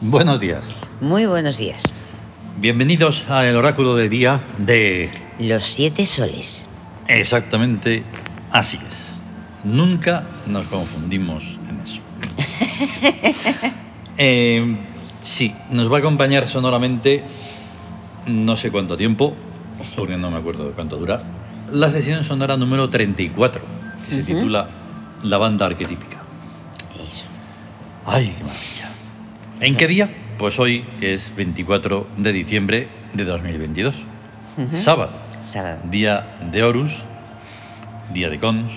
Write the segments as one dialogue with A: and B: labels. A: Buenos días.
B: Muy buenos días.
A: Bienvenidos al oráculo de día de...
B: Los siete soles.
A: Exactamente así es. Nunca nos confundimos en eso. Eh, sí, nos va a acompañar sonoramente no sé cuánto tiempo,
B: Sí.
A: porque no me acuerdo de cuánto dura, la sesión sonora número 34, que se
B: Ujú.
A: titula La banda arquetípica.
B: Eso.
A: ¡Ay, qué maravilla! ¿En qué día? Pues hoy, que es 24 de diciembre de 2022.
B: Ujú.
A: Sábado,
B: Sábado.
A: día de Horus, día de Cons.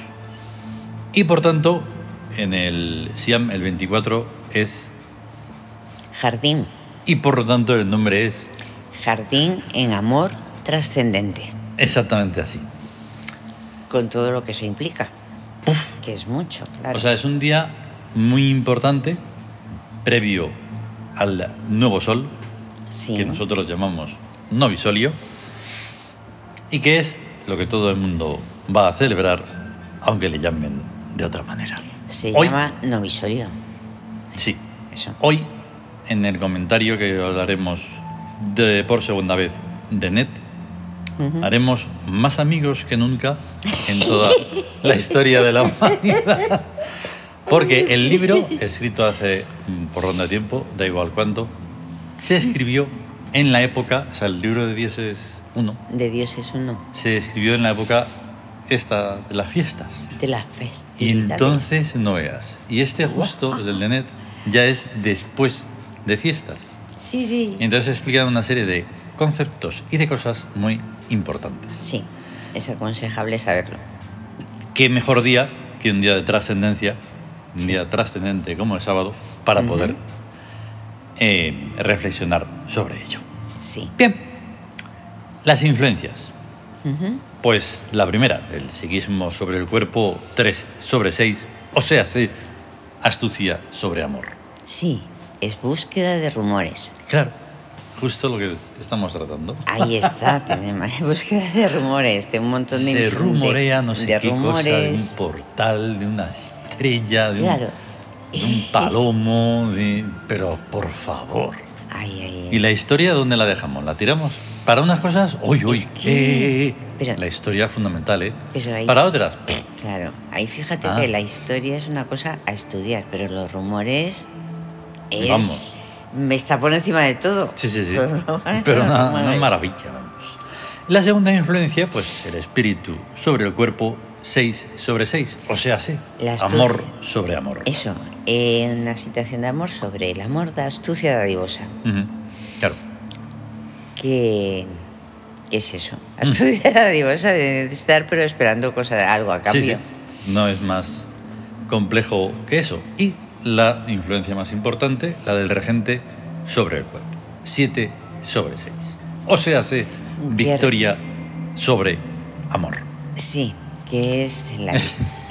A: Y por tanto, en el Siam el 24 es,
B: Jardín.
A: y por lo tanto el nombre es
B: Jardín en amor trascendente.
A: exactamente así.
B: Con todo lo que eso implica. Que es mucho, claro.
A: O sea, es un día muy importante previo al nuevo sol,
B: sí.
A: que nosotros llamamos Novisolio, y que es lo que todo el mundo va a celebrar, aunque le llamen de otra manera.
B: Se
A: Hoy-
B: llama novisorio.
A: Sí.
B: Eso.
A: Hoy, en el comentario que hablaremos de, por segunda vez de NET,
B: Ujú.
A: haremos más amigos que nunca en toda la historia de la humanidad. Porque el libro, escrito hace un porrón de tiempo, da igual cuánto, se escribió en la época, o sea, el libro de 10 es uno,
B: De Dios es uno.
A: se escribió en la época esta de las fiestas.
B: De las
A: Y
B: festividades.
A: entonces no veas. Y este justo, es el de Net, ya es después de fiestas.
B: Sí, sí.
A: Y entonces explican una serie de conceptos y de cosas muy importantes.
B: Sí. Es aconsejable saberlo.
A: qué mejor día que un día de trascendencia, un
B: Sí.
A: día trascendente como el sábado, para
B: Ujú.
A: poder eh, reflexionar sobre ello.
B: Sí.
A: Bien, las influencias.
B: Ujú.
A: Pues la primera, el psiquismo sobre el cuerpo 3 sobre 6, o sea, sí, astucia sobre amor.
B: Sí. Es búsqueda de rumores.
A: Claro, justo lo que estamos tratando.
B: Ahí está, tenemos búsqueda de rumores, de un montón de
A: Se
B: inf- de-
A: rumorea no sé
B: de
A: qué cosa, de un
B: rumores.
A: portal, de una estrella, de un-
B: Claro.
A: de un palomo, de- pero por favor.
B: Ay, ay, ay.
A: ¿Y la historia dónde la dejamos? ¿La tiramos? Para unas cosas, uy, uy,
B: Es que-
A: eh, eh, eh.
B: pero-
A: la historia es fundamental, ¿eh?
B: Pero ahí-
A: Para otras,
B: Claro, ahí fíjate
A: Ah.
B: que la historia es una cosa a estudiar, pero los rumores es...
A: Vamos.
B: Me está por encima de todo.
A: sí, sí, sí.
B: Los rumores,
A: Pero
B: los
A: una,
B: rumores.
A: una maravilla, vamos. La segunda influencia, pues el espíritu sobre el cuerpo, 6 sobre 6. O sea, sí,
B: La astucia.
A: amor sobre amor.
B: Eso, en una situación de amor sobre el amor de astucia dadivosa.
A: Ujú, Claro.
B: que ¿Qué es eso?
A: Mm.
B: Astucia dadivosa de estar pero esperando cosas, algo a
A: Sí,
B: cambio.
A: sí. No es más complejo que eso. Y la influencia más importante, la del regente sobre el cuerpo. 7 sobre 6. O sea, se victoria sobre amor.
B: Sí, que es la,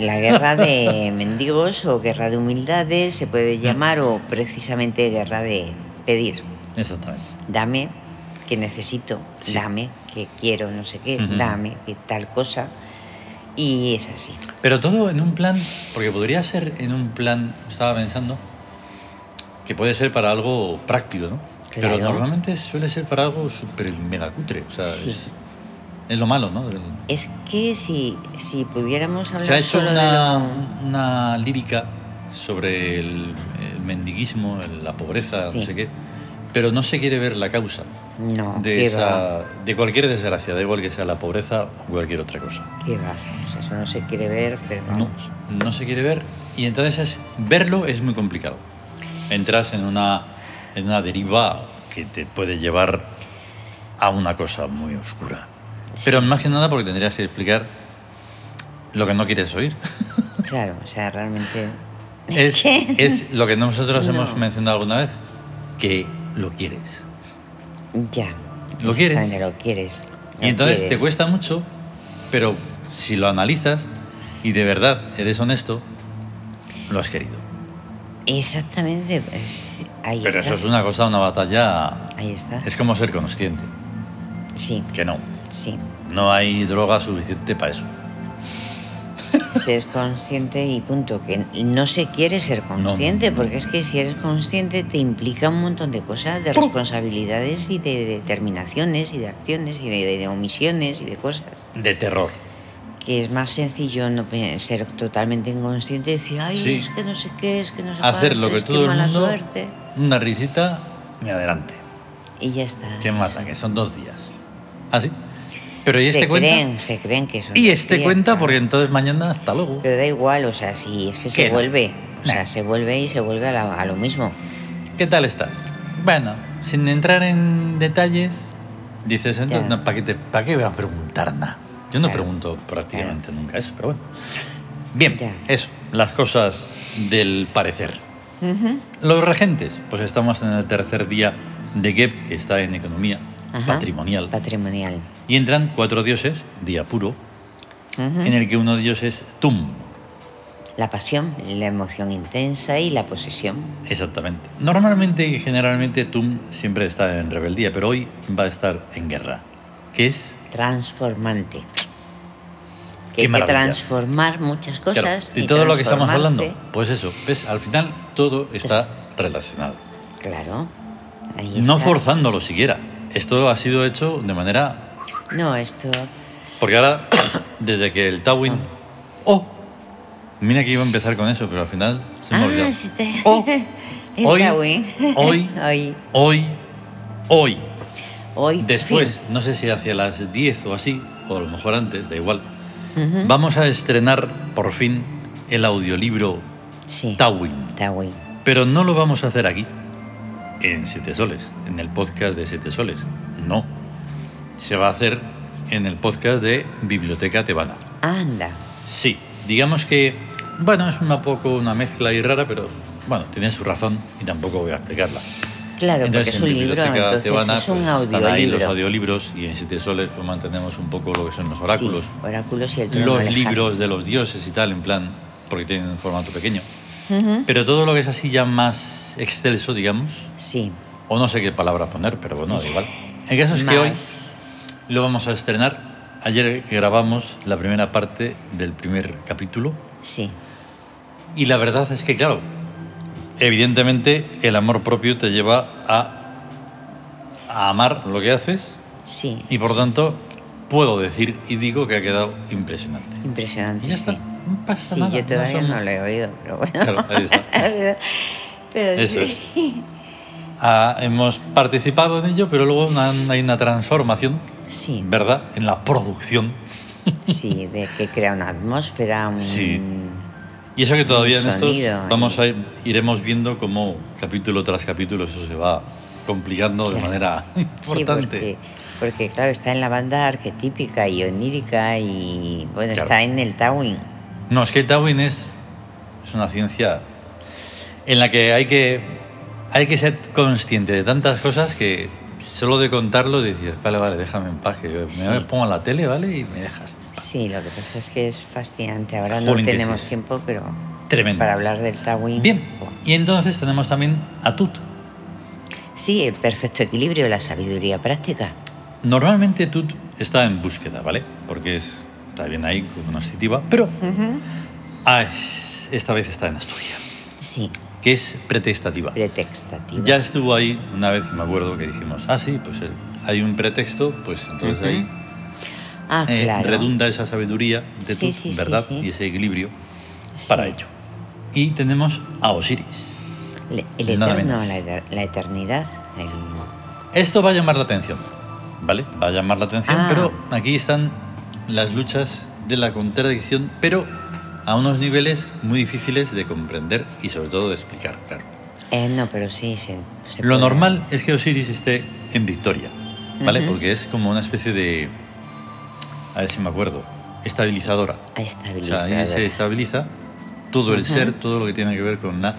B: la guerra de mendigos o guerra de humildades, se puede llamar, o precisamente guerra de pedir.
A: Exactamente.
B: Dame que necesito,
A: Sí.
B: dame que quiero, no sé qué,
A: Ujú.
B: dame que tal cosa. Y es así.
A: Pero todo en un plan, porque podría ser en un plan, estaba pensando, que puede ser para algo práctico, ¿no? Pero
B: Claro.
A: normalmente suele ser para algo súper mega cutre. O sea,
B: Sí.
A: es, es lo malo, ¿no? Del-
B: Es que si, si pudiéramos hablar
A: Se ha hecho
B: solo
A: una,
B: de lo-
A: una lírica sobre el, el mendiguismo, el- la pobreza,
B: Sí.
A: no sé qué, pero no se quiere ver la causa
B: No,
A: de,
B: qué va,
A: esa, de cualquier desgracia, da igual que sea la pobreza o cualquier otra cosa.
B: qué va. O sea, eso no se quiere ver, pero
A: No,
B: vamos.
A: no se quiere ver y entonces es- verlo es muy complicado. Entras en una, en una deriva que te puede llevar a una cosa muy oscura.
B: Sí.
A: Pero más que nada porque tendrías que explicar lo que no quieres oír.
B: Claro, o sea, realmente...
A: Es, es lo que nosotros
B: No.
A: hemos mencionado alguna vez, que lo quieres.
B: Ya.
A: ¿Lo quieres?
B: Exactamente, Lo quieres.
A: Y
B: lo
A: entonces te
B: quieres.
A: cuesta mucho, pero si lo analizas y de verdad eres honesto, lo has querido.
B: Exactamente. pues, ahí
A: Pero
B: está.
A: eso es una cosa, una batalla...
B: Ahí está.
A: Es como ser consciente,
B: Sí,
A: que no.
B: sí,
A: No hay droga suficiente para eso.
B: se es consciente y punto. Que y no se quiere ser consciente,
A: no, no.
B: porque es que si eres consciente te implica un montón de cosas, de responsabilidades y de determinaciones y de acciones y de, de- de omisiones y de cosas.
A: De terror.
B: Que es más sencillo no pe- ser totalmente inconsciente y decir, ay,
A: Sí.
B: es que no sé qué, es que no sé
A: Hacer
B: cuánto,
A: lo que
B: es
A: todo el
B: mala
A: mundo.
B: suerte.
A: Una risita, me adelante.
B: Y ya está.
A: Que
B: Eso.
A: mata, que son dos días. Así. Pero y
B: se
A: este cuenta.
B: creen, se creen que son
A: Y
B: dos
A: este
B: días,
A: cuenta
B: claro.
A: porque entonces mañana hasta luego.
B: Pero da igual, o sea, si es que se
A: Que no.
B: vuelve, o sea,
A: Nah.
B: se vuelve y se vuelve a, la- a lo mismo.
A: ¿Qué tal estás? Bueno, sin entrar en detalles, dices, entonces,
B: Ya.
A: ¿para qué, te- pa' qué voy a preguntar nada? Yo no
B: Claro.
A: pregunto prácticamente nunca eso, pero bueno. Bien,
B: Ya.
A: eso, las cosas del parecer. Los regentes, pues estamos en el tercer día de GEP, que está en economía
B: Ajá.
A: patrimonial,
B: Patrimonial.
A: y entran cuatro dioses, día puro,
B: Ujú.
A: en el que uno de ellos es Tum,
B: La pasión, la emoción intensa y la posesión.
A: Exactamente. Normalmente y generalmente Tum siempre está en rebeldía, pero hoy va a estar en guerra. ¿Qué es?
B: Transformante.
A: Qué
B: Que hay que
A: maravilla.
B: transformar muchas
A: Claro,
B: cosas.
A: y todo lo que estamos hablando.
B: transformarse.
A: Pues eso, ves, al final todo está relacionado.
B: Claro. ahí
A: No
B: está.
A: forzándolo siquiera. Esto ha sido hecho de manera...
B: No, esto.
A: Porque ahora, desde que el
B: Ah.
A: Tawin... ¡Oh! Mira que iba a empezar con eso, pero al final se me ha olvidado.
B: ah, sí te...
A: Oh,
B: El
A: hoy,
B: Darwin.
A: hoy,
B: hoy,
A: hoy, hoy.
B: hoy,
A: Después,
B: fin.
A: no sé si hacia las 10 o así, o a lo mejor antes, da igual, vamos a estrenar por fin el audiolibro
B: Sí.
A: Tawin.
B: Darwin.
A: Pero no lo vamos a hacer aquí, en Siete Soles, en el podcast de Siete Soles. No. Se va a hacer en el podcast de Biblioteca Tebana.
B: Anda.
A: Sí, digamos que, bueno, es un poco una mezcla y rara, pero bueno, tiene su razón y tampoco voy a explicarla.
B: Claro, porque es
A: en
B: un libro,
A: Biblioteca
B: entonces
A: Tebana,
B: es un
A: pues, están ahí los
B: audiolibro.
A: audiolibros y en Siete Soles pues, mantenemos un poco lo que son los oráculos,
B: Sí, oráculos y el trono
A: los
B: lejano.
A: libros de los dioses y tal, en plan, porque tienen un formato pequeño.
B: Ujú.
A: Pero todo lo que es así ya más excelso, digamos,
B: Sí.
A: o no sé qué palabra poner, pero bueno, da igual. El caso es que hoy
B: Más.
A: lo vamos a estrenar. Ayer grabamos la primera parte del primer capítulo
B: Sí.
A: y la verdad es que, claro, evidentemente el amor propio te lleva a, a amar lo que haces
B: Sí.
A: y por
B: sí.
A: tanto puedo decir y digo que ha quedado impresionante.
B: Impresionante.
A: Y ya está,
B: Sí,
A: no pasa
B: Sí,
A: nada.
B: yo todavía
A: somos-
B: no lo he oído, pero bueno.
A: Claro, ahí está.
B: Pero
A: Eso
B: sí.
A: es. Ah, hemos participado en ello, pero luego una- hay una transformación,
B: Sí,
A: ¿verdad? En la producción.
B: sí, de que crea una atmósfera, un...
A: Sí. Y eso que todavía
B: Un
A: en estos
B: sonido
A: vamos a ir- iremos viendo cómo capítulo tras capítulo eso se va complicando de
B: Claro.
A: manera
B: Sí,
A: importante.
B: porque, porque claro, está en la banda arquetípica y onírica y bueno,
A: Claro.
B: está en el Tawin.
A: No, es que el Darwin es, es una ciencia en la que hay que hay que ser consciente de tantas cosas que solo de contarlo dices, vale, vale, déjame en paz, que yo
B: Sí.
A: me pongo en la tele, ¿vale? Y me dejas.
B: Sí, lo que pasa es que es fascinante. Ahora
A: Jolín,
B: no
A: que
B: tenemos
A: sí.
B: tiempo, pero
A: Tremendo.
B: para hablar del Tawin.
A: Bien,
B: buah.
A: y entonces tenemos también a Tut.
B: Sí, el perfecto equilibrio, la sabiduría práctica.
A: Normalmente Tut está en búsqueda, ¿vale? Porque es, está bien ahí como una positiva, pero ah, es- esta vez está en Asturia,
B: Sí,
A: que es pretestativa.
B: pretextativa.
A: Ya estuvo ahí una vez, me acuerdo, que dijimos, ah, sí, pues eh, hay un pretexto, pues entonces
B: Ujú.
A: ahí
B: ah,
A: eh,
B: claro.
A: redunda esa sabiduría de
B: Sí,
A: Tut,
B: sí, sí,
A: ¿verdad?
B: sí.
A: Y ese equilibrio
B: Sí.
A: para ello. Y tenemos a Osiris.
B: Le- el
A: Nada
B: eterno,
A: menos.
B: la, eter- la eternidad. el-
A: Esto va a llamar la atención, ¿vale? Va a llamar la atención,
B: Ah.
A: pero aquí están las luchas de la contradicción, pero a unos niveles muy difíciles de comprender y sobre todo de explicar, claro.
B: eh, no, pero sí, se, se
A: Lo
B: puede-
A: normal es que Osiris esté en victoria, ¿vale?
B: Ujú.
A: Porque es como una especie de, a ver si me acuerdo, estabilizadora.
B: a
A: O
B: estabilizar.
A: sea, ahí se estabiliza todo el ser, todo lo que tiene que ver con la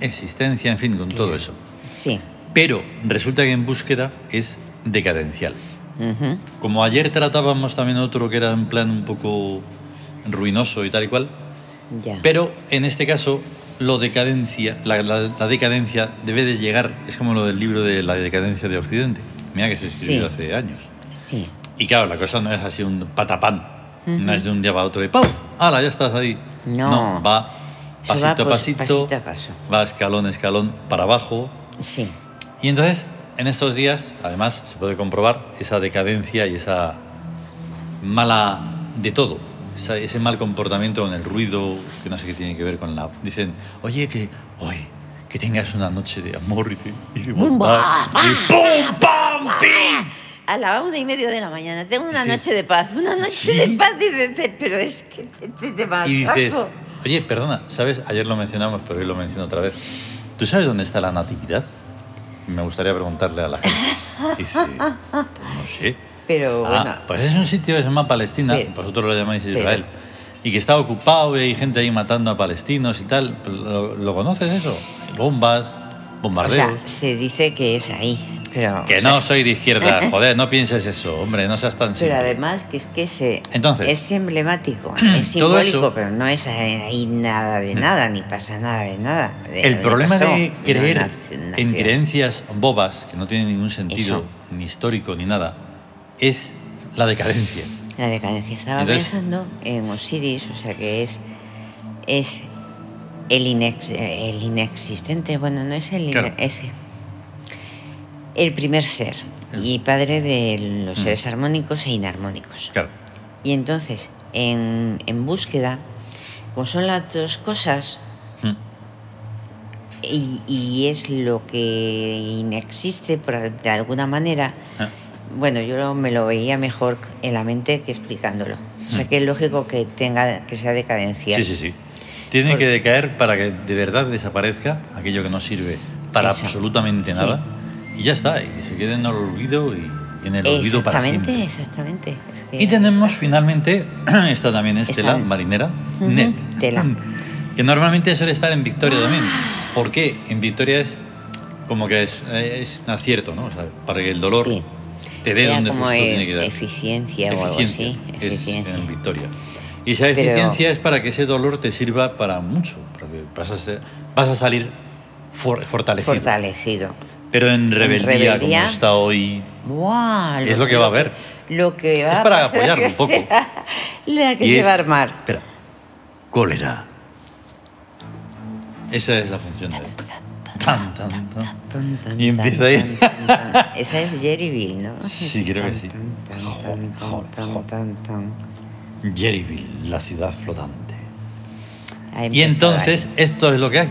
A: existencia, en fin, con todo eso.
B: Sí.
A: Pero resulta que en búsqueda es decadencial.
B: ujú,
A: Como ayer tratábamos también otro que era en plan un poco ruinoso y tal y cual,
B: Ya.
A: pero en este caso lo decadencia, la, la- la decadencia debe de llegar, es como lo del libro de la decadencia de Occidente, mira que se escribió
B: Sí.
A: hace años.
B: sí.
A: Y claro, la cosa no es así un patapán, No es de un día para otro y ¡pau! ¡Hala! Ya estás ahí.
B: No.
A: va
B: Eso
A: pasito
B: va,
A: a
B: pues,
A: pasito.
B: pasito a paso.
A: Va escalón, escalón para abajo.
B: Sí.
A: Y entonces, en estos días, además, se puede comprobar esa decadencia y esa mala de todo. Esa- ese mal comportamiento con el ruido, que no sé qué tiene que ver con la... Dicen, oye, que hoy que tengas una noche de amor y, de- y de bondad". Y ¡pum, pam, pim!
B: A la una y media de la mañana. Tengo una
A: Sí.
B: noche de paz. Una noche
A: Sí.
B: de paz. Y dices, pero es que te, te, te
A: Y dices,
B: machaco.
A: oye, perdona, ¿sabes? Ayer lo mencionamos, pero hoy lo menciono otra vez. ¿Tú sabes dónde está la natividad? Me gustaría preguntarle a la gente. Dice, pues no sé.
B: Pero
A: Ah,
B: bueno.
A: pues es un sitio que se llama Palestina,
B: Pero-
A: vosotros lo llamáis
B: pero-
A: Israel. Y que está ocupado y hay gente ahí matando a palestinos y tal. ¿Lo, lo conoces eso? Bombas,
B: o
A: bombardeos.
B: sea, se dice que es ahí. Pero,
A: que
B: o sea,
A: no soy de izquierda, joder, no pienses eso, hombre, no seas tan
B: Pero
A: simple.
B: además que es que se,
A: Entonces.
B: es emblemático, es
A: Todo
B: simbólico,
A: eso- Mm.
B: pero no es ahí nada de nada, ni pasa nada de nada. De
A: El
B: haber
A: problema
B: pasado,
A: de
B: no
A: creer
B: nació-
A: en
B: nació.
A: creencias bobas, que no tienen ningún sentido,
B: Eso.
A: ni histórico, ni nada, es la decadencia.
B: La decadencia. Estaba
A: Entonces-
B: pensando en Osiris, o sea que es, es el, inex- el inexistente, bueno, no es el... ine-
A: Claro.
B: es el primer ser
A: El-
B: y padre de los
A: Mm.
B: seres armónicos e inarmónicos.
A: Claro,
B: Y entonces, en, en búsqueda, como son las dos cosas,
A: Mm.
B: y, y es lo que inexiste por, al- de alguna manera,
A: Ah.
B: bueno, yo lo- me lo veía mejor en la mente que explicándolo. O sea, que es lógico que, tenga, que sea decadencia.
A: Mm. sí, sí, sí. Tiene
B: Por-
A: que decaer para que de verdad desaparezca aquello que no sirve para
B: Eso.
A: absolutamente
B: Sí.
A: nada. Y ya está, y que se quede en el olvido y en el olvido para
B: Exactamente,
A: siempre.
B: exactamente. Es que
A: Y tenemos
B: está-
A: finalmente, esta también es
B: Esta-
A: tela marinera,
B: Ujú,
A: Ned.
B: tela.
A: Que normalmente suele estar en Victoria también.
B: Ah.
A: ¿Por qué? En Victoria es como que es, eh, es un acierto, ¿no? O sea, para que el dolor
B: Sí.
A: te dé
B: Era
A: donde
B: como
A: justo
B: e-
A: tiene que dar.
B: eficiencia o algo así. Eficiencia.
A: Es en Victoria. Y esa
B: Pero-
A: eficiencia es para que ese dolor te sirva para mucho, porque vas a, ser- vas a salir for- fortalecido.
B: Fortalecido.
A: Pero en rebeldía, como
B: rebeldía.
A: está hoy.
B: Buah,
A: Es lo que va a haber.
B: Lo que va
A: Es
B: a
A: para
B: pasar,
A: apoyarlo
B: que
A: un poco.
B: será La que
A: y
B: se
A: es-
B: va a armar.
A: Espera. Cólera. Esa es la función de. Tan, tan, tan.
B: Tan, tan,
A: Y
B: tan,
A: empieza ahí.
B: tan, tan, tan. Esa es Jerry Bill, ¿no?
A: Sí,
B: Es
A: creo que
B: tan,
A: sí.
B: tan, tan,
A: Joder,
B: tan,
A: joder,
B: tan,
A: joder.
B: tan, tan.
A: Jerryville, la ciudad flotante.
B: Ha
A: Y
B: empezado
A: entonces,
B: ahí.
A: esto es lo que hay.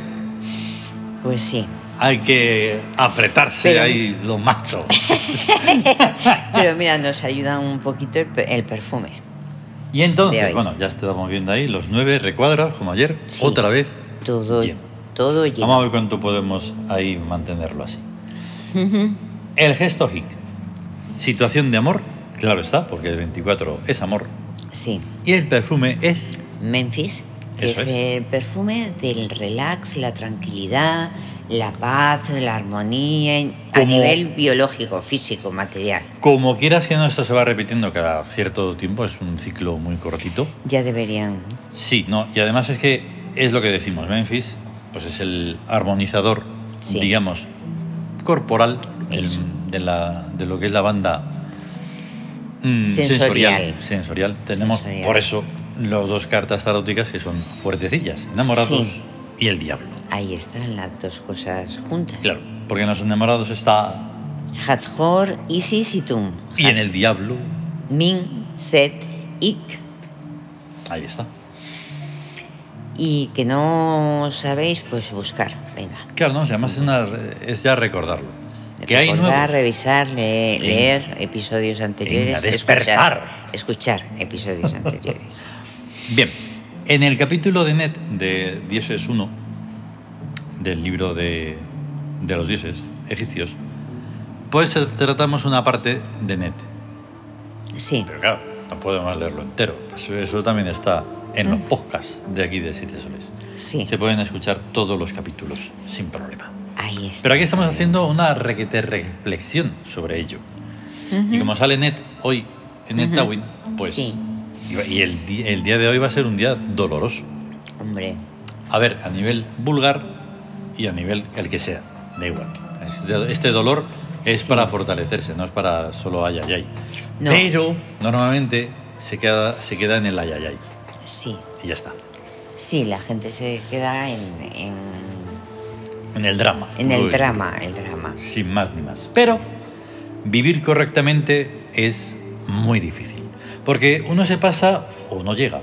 B: Pues sí.
A: Hay que apretarse
B: Pero-
A: ahí los machos.
B: Pero mira, nos ayuda un poquito el, pe- el perfume.
A: Y
B: De
A: entonces,
B: hoy.
A: bueno, ya estábamos viendo ahí los nueve recuadros, como ayer,
B: Sí.
A: otra vez.
B: Todo,
A: Bien.
B: todo lleno.
A: Vamos a ver cuánto podemos ahí mantenerlo así. El gesto hic. Situación de amor, claro está, porque el 24 es amor.
B: Sí.
A: Y el perfume es
B: Memphis, que es,
A: Eso es.
B: el perfume del relax, la tranquilidad, la paz, la armonía en- a
A: Como-
B: nivel biológico, físico, material.
A: como quieras que no, esto se va repitiendo cada cierto tiempo, es un ciclo muy cortito.
B: Ya deberían.
A: Sí, no, y además es que es lo que decimos, Memphis, pues es el armonizador,
B: Sí.
A: digamos, corporal el-
B: Eso.
A: de, la- de lo que es la banda mm,
B: Sensorial.
A: sensorial. Sensorial. Tenemos
B: Sensorial.
A: por eso las dos cartas taróticas que son fuertecillas, enamorados
B: Sí.
A: y el diablo.
B: Ahí están las dos cosas juntas.
A: Claro, porque en los enamorados está
B: Hathor, Isis y Tum.
A: y en el diablo,
B: Min, Set, Ik.
A: ahí está.
B: Y que no sabéis, pues buscar. Venga.
A: Claro, no, o sea, además es, una re- es ya recordarlo. Que hay nuevos.
B: Recordar, revisar, le-
A: Venga.
B: leer episodios anteriores.
A: despertar.
B: Escuchar, escuchar episodios anteriores.
A: Bien, en el capítulo de Net de Dioses 1, del libro de, de los dioses egipcios, pues eh, tratamos una parte de Net.
B: Sí.
A: Pero claro, no podemos leerlo entero. Pues Eso también está en los podcasts de aquí de Siete Soles.
B: Mm. Sí,
A: Se pueden escuchar todos los capítulos sin problema.
B: ahí está.
A: Pero aquí estamos haciendo una requete reflexión sobre ello. Y como sale Net hoy, en el
B: Ujú.
A: Tawin, pues...
B: Sí.
A: y- Y el di- el día de hoy va a ser un día doloroso.
B: Hombre,
A: A ver, a nivel vulgar y a nivel el que sea, da igual. Este, este dolor es
B: Sí.
A: para fortalecerse, no es para solo ay, ay, ay.
B: No.
A: Pero normalmente se queda, se queda en el ayayay.
B: Sí,
A: Y ya está.
B: sí, la gente se queda en, en-
A: En el drama.
B: en el
A: Uy,
B: drama, el drama.
A: Sin más ni más. Pero vivir correctamente es muy difícil. Porque uno se pasa o no llega.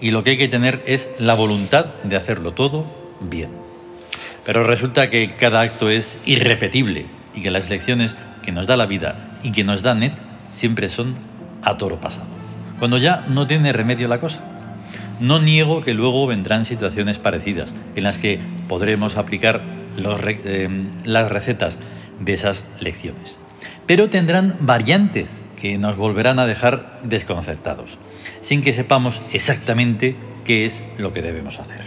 A: Y lo que hay que tener es la voluntad de hacerlo todo bien. Pero resulta que cada acto es irrepetible y que las lecciones que nos da la vida y que nos da Net siempre son a toro pasado. Cuando ya no tiene remedio la cosa. No niego que luego vendrán situaciones parecidas en las que podremos aplicar los re- eh, las recetas de esas lecciones. Pero tendrán variantes que nos volverán a dejar desconcertados, sin que sepamos exactamente qué es lo que debemos hacer.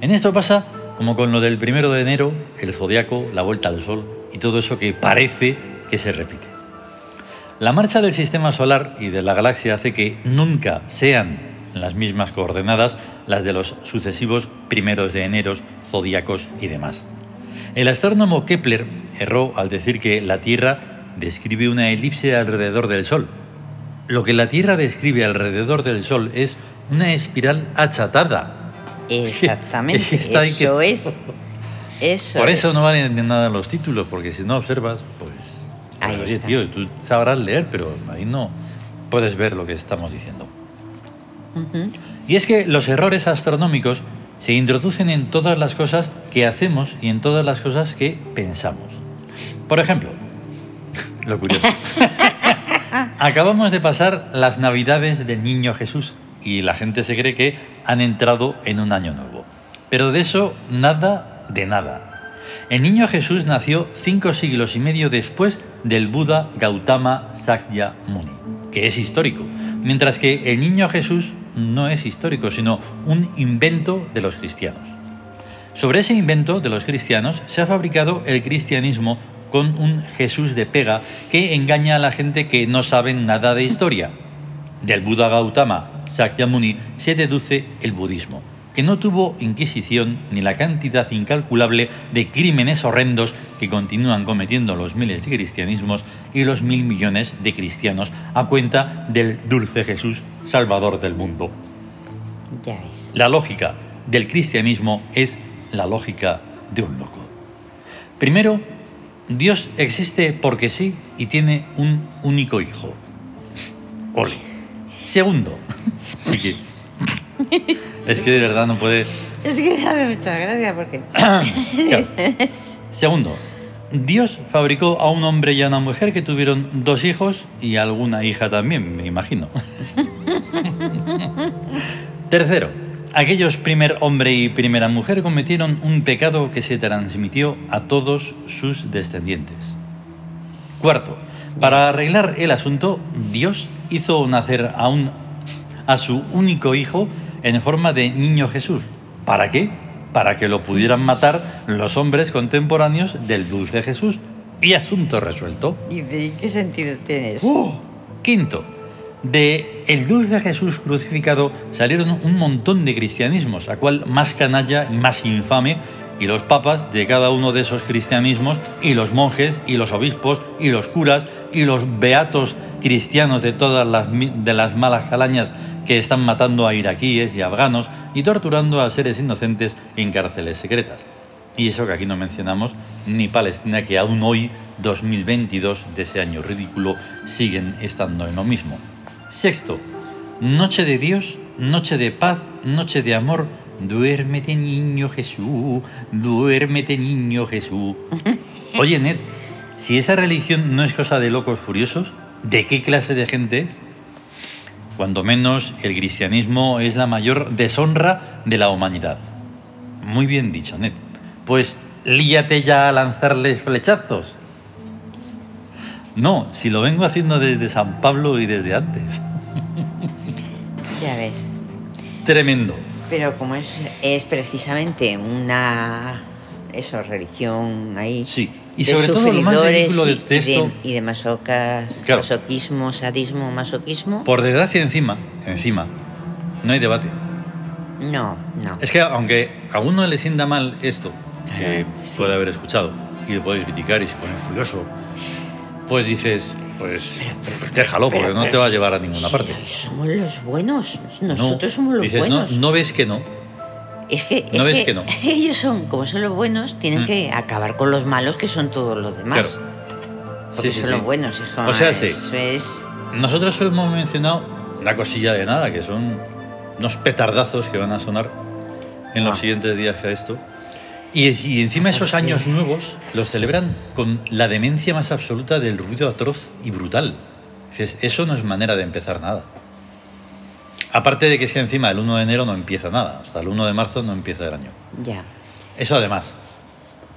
A: En esto pasa como con lo del primero de enero, el zodiaco, la vuelta al sol y todo eso que parece que se repite. La marcha del sistema solar y de la galaxia hace que nunca sean las mismas coordenadas las de los sucesivos primeros de enero, zodiacos y demás. El astrónomo Kepler erró al decir que la Tierra describe una elipse alrededor del Sol. Lo que la Tierra describe alrededor del Sol es una espiral achatada,
B: Exactamente,
A: Está ahí que-
B: eso es. Eso
A: Por eso
B: es.
A: no valen de nada los títulos, porque si no observas, pues.
B: Ahí
A: oye,
B: está.
A: tío, tú sabrás leer, pero ahí no puedes ver lo que estamos diciendo.
B: Ujú.
A: Y es que los errores astronómicos se introducen en todas las cosas que hacemos y en todas las cosas que pensamos. Por ejemplo, lo curioso. Acabamos de pasar las navidades del niño Jesús y la gente se cree que han entrado en un año nuevo. Pero de eso nada de nada. El niño Jesús nació cinco siglos y medio después del Buda Gautama Sakya Muni, que es histórico, mientras que el niño Jesús no es histórico, sino un invento de los cristianos. Sobre ese invento de los cristianos se ha fabricado el cristianismo con un Jesús de pega que engaña a la gente que no saben nada de historia. Del Buda Gautama Sakyamuni se deduce el budismo, que no tuvo inquisición ni la cantidad incalculable de crímenes horrendos que continúan cometiendo los miles de cristianismos y los mil millones de cristianos a cuenta del dulce Jesús, salvador del mundo.
B: Ya es.
A: La lógica del cristianismo es la lógica de un loco. Primero, Dios existe porque sí y tiene un único hijo. Ole. Segundo, sí que- es que de verdad no puede...
B: Es que me hace mucha gracia porque.
A: Claro. Segundo, Dios fabricó a un hombre y a una mujer que tuvieron dos hijos y alguna hija también, me imagino. Tercero, aquellos primer hombre y primera mujer cometieron un pecado que se transmitió a todos sus descendientes. Cuarto, para arreglar el asunto, Dios hizo nacer a, un, a su único hijo en forma de niño Jesús. ¿Para qué? Para que lo pudieran matar los hombres contemporáneos del dulce Jesús. Y asunto resuelto.
B: ¿Y de qué sentido tienes?
A: Uh, Quinto, de el dulce Jesús crucificado salieron un montón de cristianismos, a cual más canalla y más infame, y los papas de cada uno de esos cristianismos, y los monjes, y los obispos, y los curas, y los beatos cristianos de todas las, mi- de las malas calañas que están matando a iraquíes y afganos y torturando a seres inocentes en cárceles secretas. Y eso que aquí no mencionamos, ni Palestina, que aún hoy, 2022, de ese año ridículo, siguen estando en lo mismo. Sexto, noche de Dios, noche de paz, noche de amor. Duérmete, niño Jesús, duérmete, niño Jesús. Oye, Ned, si esa religión no es cosa de locos furiosos, ¿de qué clase de gente es? Cuando menos, el cristianismo es la mayor deshonra de la humanidad. Muy bien dicho, Ned. Pues líate ya a lanzarles flechazos. No, si lo vengo haciendo desde San Pablo y desde antes.
B: Ya ves.
A: Tremendo.
B: Pero como es, es precisamente una. Eso, religión ahí.
A: Sí. Y
B: de
A: sobre todo lo más
B: sufridores
A: ridículo de
B: y, y
A: esto,
B: de, y de masocas,
A: Claro.
B: masoquismo, sadismo, masoquismo.
A: por desgracia encima, encima, no hay debate.
B: No, no.
A: Es que aunque a uno le sienta mal esto, que
B: Sí.
A: puede haber escuchado, y lo podéis criticar y se pone furioso, pues dices, pues déjalo, porque no te va a llevar a ninguna
B: Sí,
A: parte.
B: somos los buenos.
A: No,
B: Nosotros somos los
A: dices, no,
B: buenos.
A: no ves que no.
B: Es que,
A: ¿No
B: es
A: ves que no?
B: Ellos son, como son los buenos, tienen
A: Mm.
B: que acabar con los malos que son todos los demás. Porque
A: Sí, sí,
B: son
A: sí.
B: los buenos, hijo.
A: O sea, sí.
B: Eso es.
A: Nosotros hemos mencionado una cosilla de nada, que son unos petardazos que van a sonar en los
B: Ah.
A: siguientes días a esto. Y, y encima esos años nuevos los celebran con la demencia más absoluta del ruido atroz y brutal. Dices, eso no es manera de empezar nada. Aparte de que sea encima el 1 de enero no empieza nada, hasta el 1 de marzo no empieza el año.
B: Ya.
A: Eso además.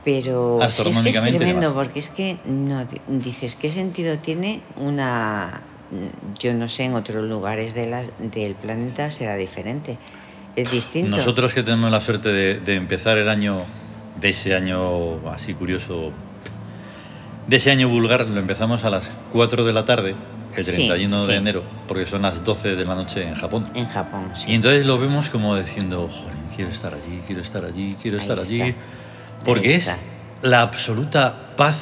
B: Pero si es que es
A: Astronómicamente
B: tremendo,
A: demás.
B: porque es que no di- dices, ¿qué sentido tiene una. mm, Yo no sé, en otros lugares de la- del planeta será diferente. Es distinto.
A: Nosotros que tenemos la suerte de, de empezar el año, de ese año así curioso, de ese año vulgar, lo empezamos a las 4 de la tarde, el
B: Sí,
A: 31 de
B: sí.
A: enero, porque son las 12 de la noche en Japón.
B: En Japón, sí.
A: Y entonces lo vemos como diciendo, joder, quiero estar allí, quiero estar allí, quiero
B: Ahí
A: estar allí,
B: está.
A: porque
B: Ahí
A: es
B: está.
A: la absoluta paz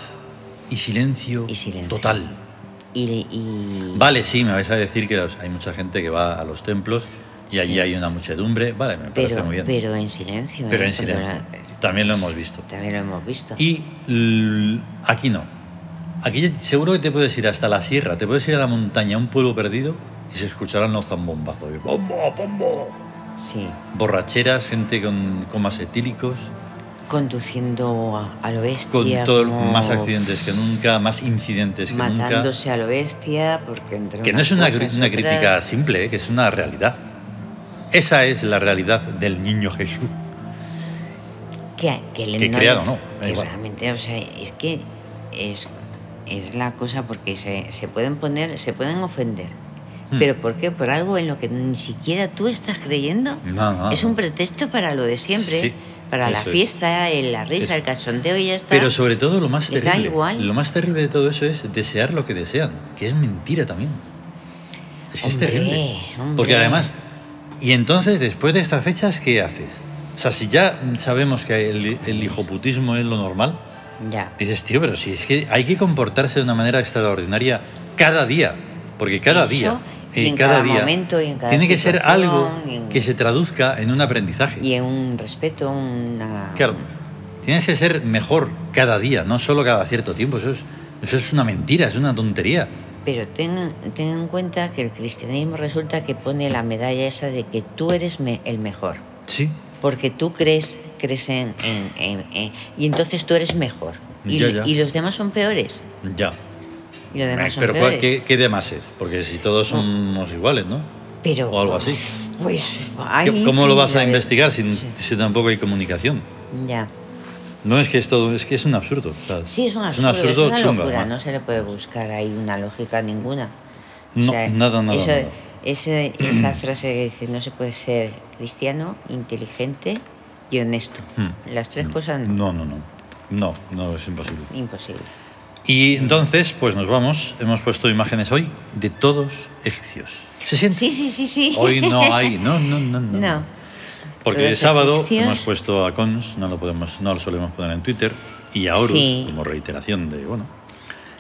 A: y silencio,
B: Y silencio.
A: total.
B: Y- y-
A: Vale, sí, me vais a decir que los- hay mucha gente que va a los templos y allí
B: Sí.
A: hay una muchedumbre, vale, me parece
B: pero,
A: muy bien.
B: pero en silencio.
A: Pero
B: ¿eh?
A: en
B: Porque
A: silencio.
B: la-
A: También lo hemos visto.
B: También lo hemos visto.
A: Y l- aquí no. Aquí seguro que te puedes ir hasta la sierra, te puedes ir a la montaña, a un pueblo perdido, y se escucharán los zambombazos. y ¡Bombo, bombo!
B: Sí.
A: Borracheras, gente con comas etílicos,
B: Conduciendo a, a lo bestia.
A: con todo el-
B: como
A: más accidentes que nunca, más incidentes que nunca.
B: Matándose a lo bestia, porque entre
A: Que no
B: unas
A: es una,
B: cosas
A: cri-
B: y
A: una
B: otras-
A: crítica simple, eh, que es una realidad. Esa es la realidad del niño Jesús.
B: Que, que le-
A: que
B: no
A: creado,
B: le-
A: no, da
B: que
A: igual.
B: realmente, o sea, es que es, es la cosa porque se, se pueden poner, se pueden ofender.
A: Hmm.
B: ¿Pero por qué? Por algo en lo que ni siquiera tú estás creyendo.
A: No, no,
B: Es
A: no.
B: un pretexto para lo de siempre.
A: Sí,
B: para la
A: eso es.
B: fiesta, el- la
A: Eso.
B: risa, el cachondeo y ya está.
A: Pero sobre todo lo más
B: Les da
A: terrible.
B: igual.
A: Lo más terrible de todo eso es desear lo que desean, que es mentira también. Es, que es
B: Hombre,
A: terrible.
B: hombre.
A: Porque además, y entonces después de estas fechas, ¿qué haces? O sea, si ya sabemos que el, el hijoputismo es lo normal,
B: Ya.
A: dices, tío, pero si es que hay que comportarse de una manera extraordinaria cada día, porque cada
B: Eso,
A: día,
B: y
A: eh,
B: en
A: cada,
B: cada
A: día,
B: momento, y en cada
A: tiene que ser
B: situación,
A: algo
B: y en-
A: que se traduzca en un aprendizaje.
B: Y en un respeto, una.
A: Claro, tienes que ser mejor cada día, no solo cada cierto tiempo. Eso es, eso es una mentira, es una tontería.
B: Pero ten, ten en cuenta que el cristianismo resulta que pone la medalla esa de que tú eres me- el mejor.
A: Sí.
B: Porque tú crees, crees en, en- en- en- Y entonces tú eres mejor. Y,
A: Ya, ya.
B: y los demás son peores.
A: Ya.
B: Y los demás son
A: Pero ¿cuál-
B: peores.
A: ¿qué, qué demás es? Porque si todos
B: Oh.
A: somos iguales, ¿no?
B: Pero,
A: o algo así.
B: Pues,
A: ¿Qué-
B: hay
A: ¿Cómo lo vas a
B: infinidad de-
A: investigar si,
B: Sí,
A: si tampoco hay comunicación?
B: ya.
A: No es que es todo, es que es un absurdo. o sea,
B: Sí, es un absurdo, es, una
A: chungo,
B: locura,
A: ¿no?
B: no se le puede buscar ahí una lógica ninguna.
A: No, nada, nada,
B: eso-
A: nada.
B: ese- esa frase que dice, no se puede ser cristiano, inteligente y honesto.
A: Hmm.
B: Las tres cosas no.
A: No, no, no. No, no, es imposible.
B: Imposible.
A: Y entonces, pues nos vamos. Hemos puesto imágenes hoy de todos egipcios. ¿Se siente?
B: Sí, sí, sí, sí.
A: Hoy no hay, no, no, no, no.
B: No.
A: Porque
B: Todos
A: el sábado
B: egipcios.
A: hemos puesto a Cons, no lo podemos, no lo solemos poner en Twitter, y a Horus
B: Sí.
A: como reiteración de bueno,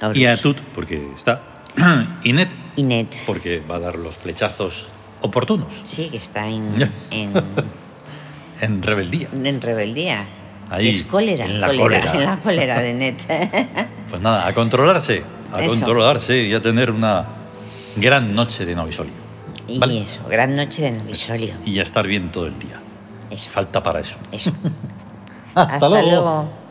B: Horus.
A: y a Tut porque está, y Net
B: Y Ned.
A: porque va a dar los flechazos oportunos
B: Sí, que está en,
A: Ya.
B: en,
A: en rebeldía.
B: en rebeldía.
A: Ahí,
B: es cólera.
A: en la cólera.
B: En la cólera de Ned.
A: Pues nada, a controlarse, a
B: Eso.
A: controlarse y a tener una gran noche de novisolio
B: y
A: Vale.
B: eso, gran noche de novisolio.
A: y a estar bien todo el día.
B: Eso,
A: Falta para eso.
B: eso.
A: Hasta, luego.
B: luego.